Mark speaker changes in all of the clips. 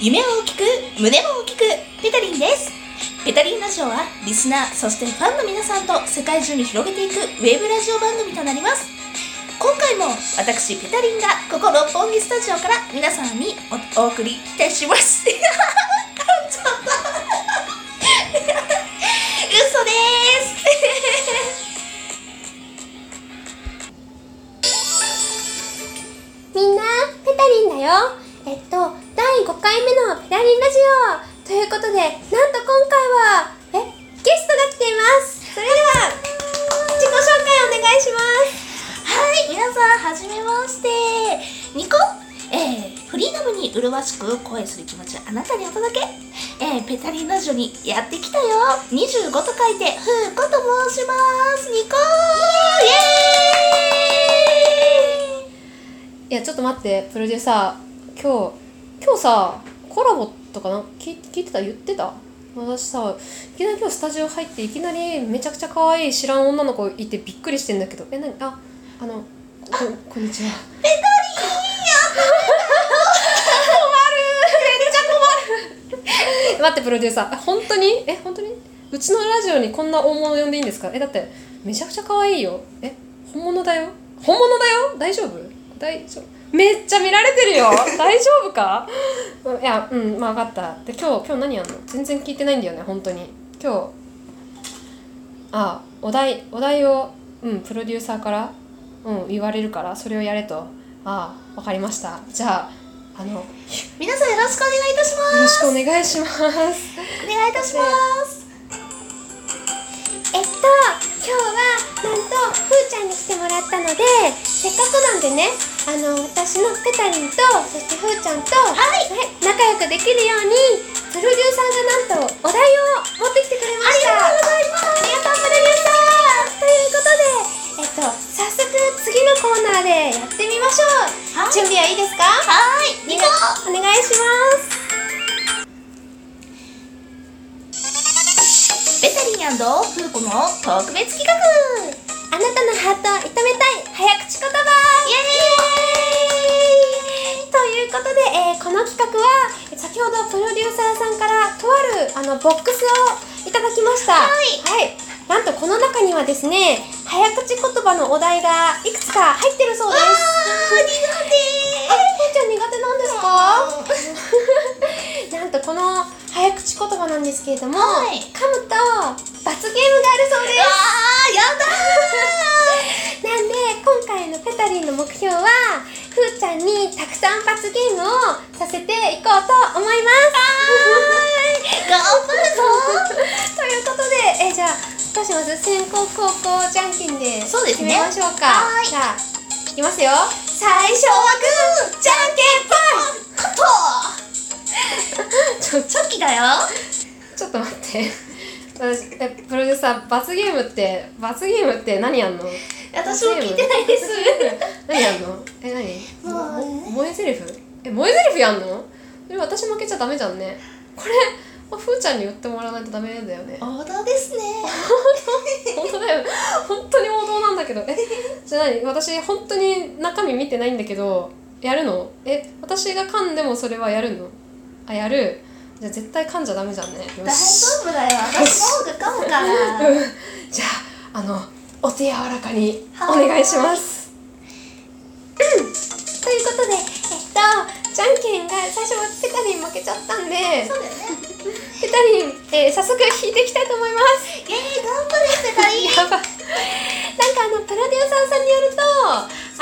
Speaker 1: 夢を大きく胸を大きくペタリンですペタリンラジオはリスナーそしてファンの皆さんと世界中に広げていくウェブラジオ番組となります今回も私ペタリンがここ六本木スタジオから皆さんにおお送りいたします 噛んじゃった 嘘です
Speaker 2: みんなペタリンだよえっと第5回目のペタリンラジオということでなんと今回はえゲストが来ていますそれでは自己紹介お願いします
Speaker 1: はい、皆さん、はじめまして。ニコ、えー、フリーダムに麗しく声する気持ちはあなたにお届け。えー、ペタリンラジオにやってきたよ。25と書いて、ふうこと申します。ニコイエーイ
Speaker 3: いやちょっと待ってプロデューサー今日今日さコラボとかな聞聞いてた言ってた私さいきなり今日スタジオ入っていきなりめちゃくちゃ可愛い知らん女の子いてびっくりしてんだけどえなにああのここんにちは ペタリー困るめっちゃ困る待ってプロデューサー本当にえ本当にうちのラジオにこんな大物呼んでいいんですかえだってめちゃくちゃ可愛いよえ本物だよ本物だよ大丈夫大丈夫めっちゃ見られてるよ大丈夫かうんいやうんまあ分かったで今日今日何やんの全然聞いてないんだよね本当に今日あお題お題をうんプロデューサーからうん言われるからそれをやれとああわかりましたじゃああのよ
Speaker 1: 皆さんよろしくお願いいたします。
Speaker 3: ろしくお願いします
Speaker 1: お願いいたします。
Speaker 2: えっと今日はなんとふーちゃんに来てもらったのでせっかくなんでねあの私のペタリンとそしてふーちゃんとはい、仲良くできるようにプロデューサーがなんとお題を持ってきてくれました
Speaker 1: ありがとうございます
Speaker 2: ありがとうプロデューサーということで、えっと、早速次のコーナーでやってみましょう、
Speaker 1: はい
Speaker 2: 準備はいいですか
Speaker 1: はーい、ニコ
Speaker 2: お願いします
Speaker 1: ペタリンフーコの特別企画
Speaker 2: あなたのハートを射止めたい早口言葉イエーイということで、えーこの企画はえー先ほどプロデューサーさんからとあるあのボックスをいただきました
Speaker 1: はい
Speaker 2: はい、なんとこの中にはですね早口言葉のお題がいくつか入ってるそうですあれ、ふーちゃん苦手なんですか
Speaker 1: 苦手
Speaker 2: なんとこの早口言葉なんですけれども、
Speaker 1: はい
Speaker 2: 噛むと罰ゲームがあるそうです なんで今回のペタリンの目標はふーちゃんにたくさん罰ゲームをさせていこうと思います
Speaker 1: 頑張るぞ
Speaker 2: ということでえじゃあどうします先攻後攻じゃんけんで
Speaker 1: そうです
Speaker 2: 決
Speaker 1: ね
Speaker 2: めましょうか
Speaker 1: はーい
Speaker 2: じゃあいきますよ
Speaker 1: 最初はグーじゃんけんぽんカット ちょチョキだよ
Speaker 3: ちょっと待 って私えプロデューサー罰ゲームって罰ゲームって何やんの
Speaker 1: 私も聞いてないです
Speaker 3: 何やんのえ何
Speaker 1: もうね
Speaker 3: も萌えゼリフえ萌えゼリフやんのそれ私負けちゃダメじゃんねこれあふーちゃんに言ってもらわないとダメだ よね
Speaker 1: 王道ですね
Speaker 3: 本当だよ本当に王道なんだけどえじゃあ何私本当に中身見てないんだけどやるのえ私が噛んでもそれはやるのあやるじゃあ絶対噛んじゃダメじゃんねよ
Speaker 1: 大丈夫だよ私もかむから
Speaker 3: じゃああのお手柔らかにお願いします
Speaker 2: ということでえっとじゃんけんが最初はペタリン負けちゃったんで
Speaker 1: そうだよね
Speaker 2: ペタリン、えー早速引いていきたいと思います
Speaker 1: イエーイ頑張れ世界
Speaker 3: や ばい
Speaker 2: なんかあのプロデューサーさ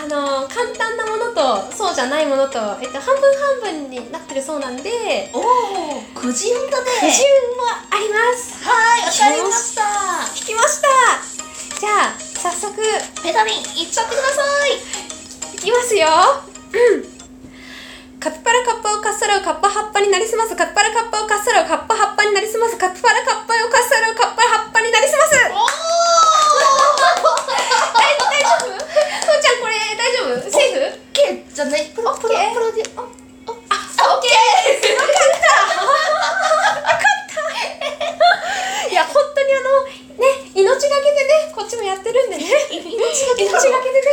Speaker 2: んによるとあの簡単なものとそうじゃないものと、えっと、半分半分になってるそうなんで
Speaker 1: おおくじ運だね
Speaker 2: 手順もあります
Speaker 1: はーいわかりました
Speaker 2: 引きましたじゃあ早速い
Speaker 1: ペタリンいっちゃってください
Speaker 2: きますよ、うん、カピパラカッパをかっさらうカッパ葉っぱになりすますカピパラカッパをかっさらうカッパ葉っぱになりすますカピパラカッパをかっさらうカッパ葉っぱになりすます
Speaker 1: おお
Speaker 2: 大丈夫ふーちゃんこれ大丈夫セーフ
Speaker 1: ケーじゃないプロプロプロであ
Speaker 2: あ、オッケー。よかった。よかった。いや、本当にあの、ね、命がけでね、こっちもやってるんでね。
Speaker 1: 命が
Speaker 2: 命がけでね、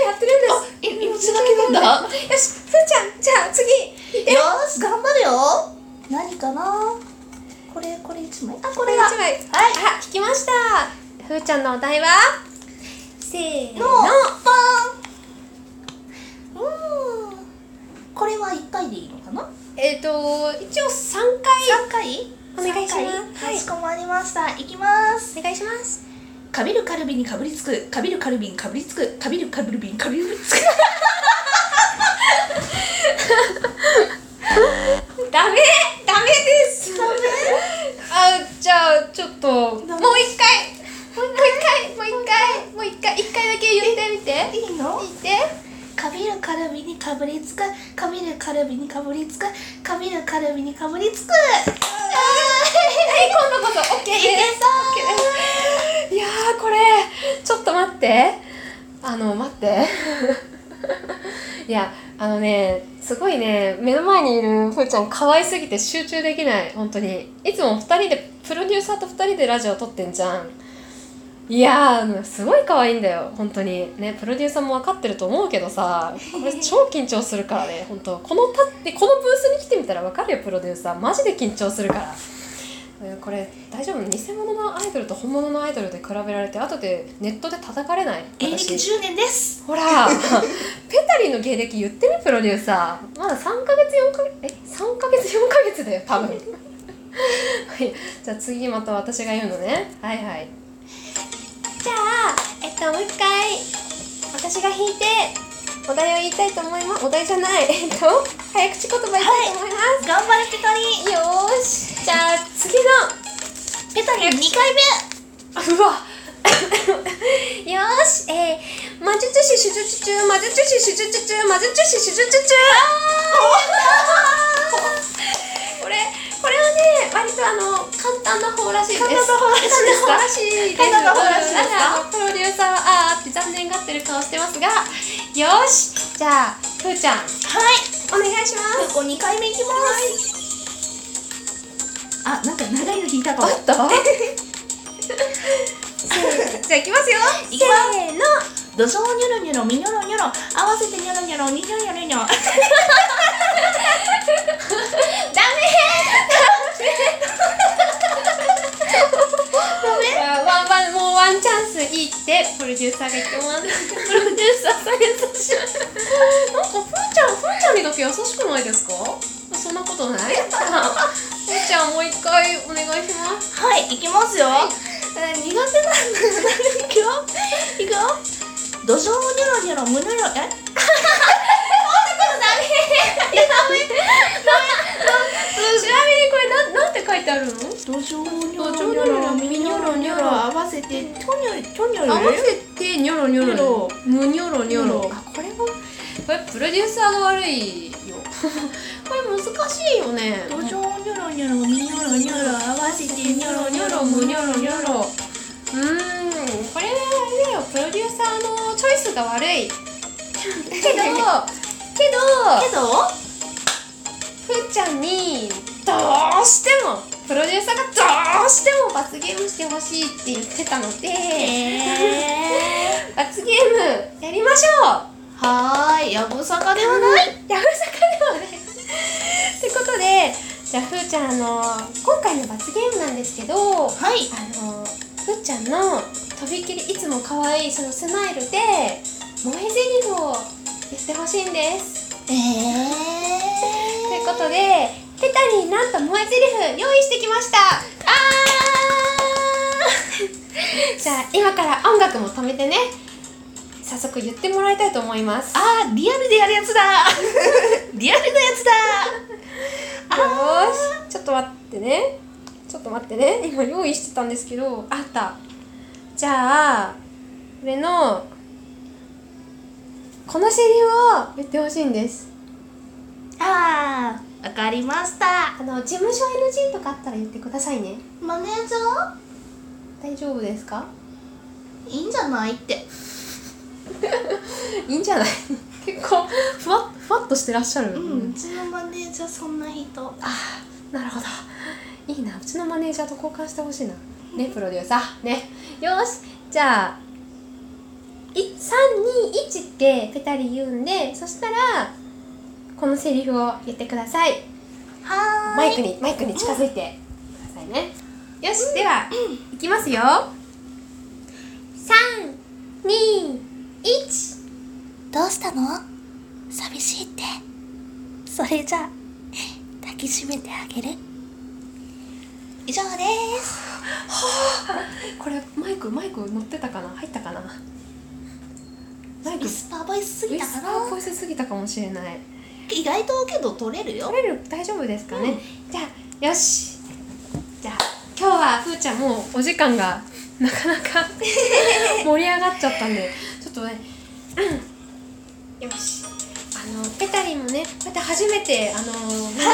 Speaker 2: やってるんです。
Speaker 1: け命がけなんだ
Speaker 2: よし、ふーちゃん、じゃあ、次。
Speaker 1: よーし頑張るよ何かなこれこれ一枚あこ
Speaker 4: これ
Speaker 1: れ
Speaker 4: が
Speaker 1: が
Speaker 4: 一枚はいあ引きましたふーちゃんのお題はせー
Speaker 1: の
Speaker 4: の
Speaker 1: ポンうーんこれは一回でいいのかな
Speaker 2: えっ、と一応3
Speaker 1: 三回
Speaker 4: お願いします
Speaker 1: 三回
Speaker 4: はい
Speaker 1: かしこまりましたいきます
Speaker 4: お願いします
Speaker 1: かびるカルビにかぶりつくかびるカルビにかぶりつくかびるカルビにかぶりつく
Speaker 2: 回ダメダメですダメあじゃあちょっともう一
Speaker 1: ダメ
Speaker 2: 回もう一回もう一回もう一回一回だけ言ってみて
Speaker 1: いいの
Speaker 2: 言って
Speaker 1: かびるカルビにかぶりつくかびるカルビにかぶりつくかびるカルビにかぶりつく
Speaker 2: はい今度こそ OK ですいやーこれちょっと待ってあの待って いやあのねすごいね目の前にいるふーちゃん可愛すぎて集中できない本当にいつも2人でプロデューサーと2人でラジオ撮ってんじゃんいやーすごい可愛いんだよ本当にねプロデューサーも分かってると思うけどさこれ超緊張するからね本当このたでこのブースに来てみたら分かるよプロデューサーマジで緊張するからえーこれ大丈夫偽物のアイドルと本物のアイドルで比べられて後でネットで叩かれない
Speaker 1: 芸歴
Speaker 2: 私
Speaker 1: 10年です
Speaker 2: ほらペタリンの芸歴言ってるプロデューサーまだ3ヶ月4ヶ月え3ヶ月4ヶ月だよ多分はいじゃあ次また私が言うのねはいはい
Speaker 4: じゃあえっともう一回私が引いてお題を言いたいと思いますお題じゃないえっと早口言葉言いたいと思います、
Speaker 1: 頑張れペタリン
Speaker 4: よーしじゃあ次の
Speaker 1: ペタリン2回目
Speaker 2: うわ
Speaker 4: よーし、えー、魔術師手術中、魔術師手術中、魔術師手術中。これ、これはね、割とあの、簡単な方らしいです。
Speaker 2: 簡単な方らしいですか
Speaker 4: 簡単な方らしいです。う
Speaker 1: 簡単な方らしいですか
Speaker 4: んあのプロデューサーは、あーって残念がってる顔してますが、よーし、じゃあ、ふーちゃん、
Speaker 1: はい
Speaker 4: お願いします。
Speaker 1: ここ2回目いきます、あなんか長いの引いたかも
Speaker 2: あっ た
Speaker 4: じゃあ、いきますよ。
Speaker 1: い
Speaker 4: せ
Speaker 1: きま
Speaker 4: ーの。
Speaker 1: 土壌ニョロニョロミニョロニョロ合わせてニョロニョロニニョロニョロニョロ
Speaker 4: ダメダメワンワンもうワンチャンスいいってプロデューサーが言ってますプロデューサーさん優しい
Speaker 2: なんかふーちゃんふーちゃんにだけ優しくないですかそんなことないふーちゃんもう一回お願いします
Speaker 1: はいいきますよ、えー苦手なんだいくよいくよ土壌ニョロニョロムニョロえ
Speaker 2: ちなみにこれなんなんて書いてあるの
Speaker 1: 土壌ニョ
Speaker 2: ョ
Speaker 1: ロ
Speaker 2: ロ
Speaker 1: ニ
Speaker 2: ニ
Speaker 1: ョロミ
Speaker 2: ョロミ
Speaker 1: ニ
Speaker 2: ニ
Speaker 1: ョ
Speaker 2: ョ
Speaker 1: ロ
Speaker 2: ロ
Speaker 1: ニ
Speaker 2: ニ
Speaker 1: ョ
Speaker 2: ョ
Speaker 1: ロ
Speaker 2: ロ
Speaker 1: 合わせてニョニョニョロ
Speaker 2: 合わせてニョロニョロ
Speaker 1: ニョロ
Speaker 2: むニョロニョ
Speaker 1: ニョロ
Speaker 2: ロあこれはこれプロデューサーが悪いよ これ難しいよね
Speaker 1: 土壌ニョロニョロミニョロニョロ合わせてニ
Speaker 2: ニ
Speaker 1: ョ
Speaker 2: ョ
Speaker 1: ロ
Speaker 2: ロ
Speaker 1: ニ
Speaker 2: ニ
Speaker 1: ョ
Speaker 2: ョ
Speaker 1: ロ
Speaker 2: ロ
Speaker 1: ム
Speaker 2: む
Speaker 1: ニョ
Speaker 2: ニョ
Speaker 1: ロ
Speaker 2: ロ
Speaker 1: ニ
Speaker 2: ニ
Speaker 1: ョ
Speaker 2: ョ
Speaker 1: ロ
Speaker 2: ロうーんこれはあれだよプロデューサーのチョイスが悪いけどけど
Speaker 1: けど
Speaker 2: ふーちゃんにどうしてもプロデューサーがどうしても罰ゲームしてほしいって言ってたので、
Speaker 1: えー、
Speaker 2: 罰ゲームやりましょう
Speaker 1: はーいやぶさかではない
Speaker 2: やぶさかではないってことでじゃあふーちゃんあの今回の罰ゲームなんですけどあ
Speaker 1: はい
Speaker 2: のふーちゃんのとびきりいつも可愛いそのスマイルで萌えゼリフを言ってほしいんです
Speaker 1: えー
Speaker 2: ということでペタになんと萌えゼリフ用意してきましたあー じゃあ今から音楽も止めてね早速言ってもらいたいと思います
Speaker 1: あーリアルでやるやつだ リアルなやつだ
Speaker 2: よーしちょっと待ってねちょっと待ってね今用意してたんですけどあったじゃあこれのこのセリフを言ってほしいんです
Speaker 1: あーわかりました
Speaker 2: あの事務所 NG とかあったら言ってくださいね
Speaker 1: マネージャ
Speaker 2: 大丈夫ですか
Speaker 1: ーいいんじゃないって
Speaker 2: いいんじゃない 結構ふわっふわっとしてらっしゃる、
Speaker 1: うんうちのマネージャーそんな人
Speaker 2: なるほどいいなうちのマネージャーと交換してほしいなねプロデューサーねよーしじゃあい321ってペタリ言うんでそしたらこのセリフを言ってください
Speaker 1: はーい
Speaker 2: マイクにマイクに近づいてくださいねよし、では、いきますよ
Speaker 4: 三二一
Speaker 1: どうしたの寂しいってそれじゃあ抱きしめてあげる以上です
Speaker 2: これマイクマイク乗ってたかな入ったかなマイク
Speaker 1: ウィスパーボイスす
Speaker 2: ウ
Speaker 1: ぎ
Speaker 2: ィ
Speaker 1: たか
Speaker 2: スパ
Speaker 1: な
Speaker 2: ーボイスすぎたかもしれない
Speaker 1: 意外とけど取れるよ
Speaker 2: 取れる大丈夫ですかね、じゃあよしじゃあ今日はふーちゃんもうお時間がなかな か盛り上がっちゃったんでちょっとねうんよしあのペタリンもねこうやって初めてあの、
Speaker 1: は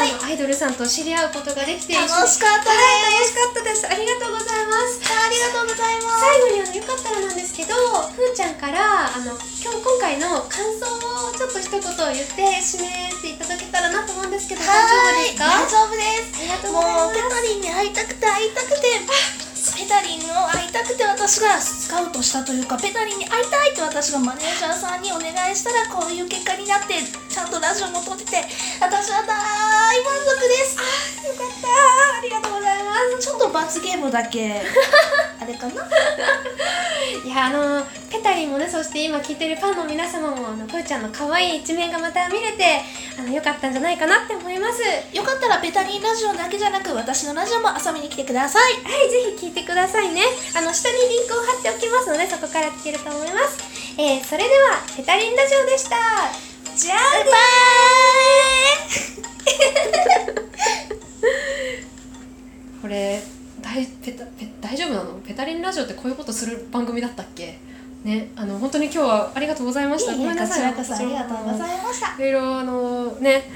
Speaker 1: い
Speaker 2: 生のアイドルさんと知り合うことができて
Speaker 1: 楽
Speaker 2: 一緒に
Speaker 1: しかったで
Speaker 2: はい楽しかったですありがとうございます
Speaker 1: すありがとうございます
Speaker 2: 最後にあのよかったらなんですけどふーちゃんからあの今日今回の感想をちょっと一言言って締めていただけたらなと思うんですけど大丈夫ですか
Speaker 1: はーい大丈夫です
Speaker 2: ありがとうござ
Speaker 1: もう
Speaker 2: い
Speaker 1: ペタリンに会いたくて会いたくてペタリンを会いたくて私がスカウトしたというかペタリンに会いたいって私がマネージャーさんにお願いしたらこういう結果になってちゃんとラジオも撮ってて私は大満足ですあよかったありがとうございますちょっと罰ゲームだ けあれかな
Speaker 2: ますいやあのペタリンもねそして今聞いてるファンの皆様もあのふーちゃんの可愛い一面がまた見れてあのよかったんじゃないかなって思いますは
Speaker 1: よかったらペタリンラジオだけじゃなく私のラジオも遊びに来てください
Speaker 2: いぜひ聞いてくださいねあの下にリンクを貼っておきますのでそこから聞けると思います、えー、それではペタリンラジオでした
Speaker 1: じゃあねバイ
Speaker 2: これ大ペタペ大丈夫なのペタリンラジオってこういうことする番組だったっけねあの本当に今日はありがとうございました
Speaker 1: いえいえ
Speaker 2: ごめんなさい
Speaker 1: こちらこそありがとうございました
Speaker 2: いろいろあのね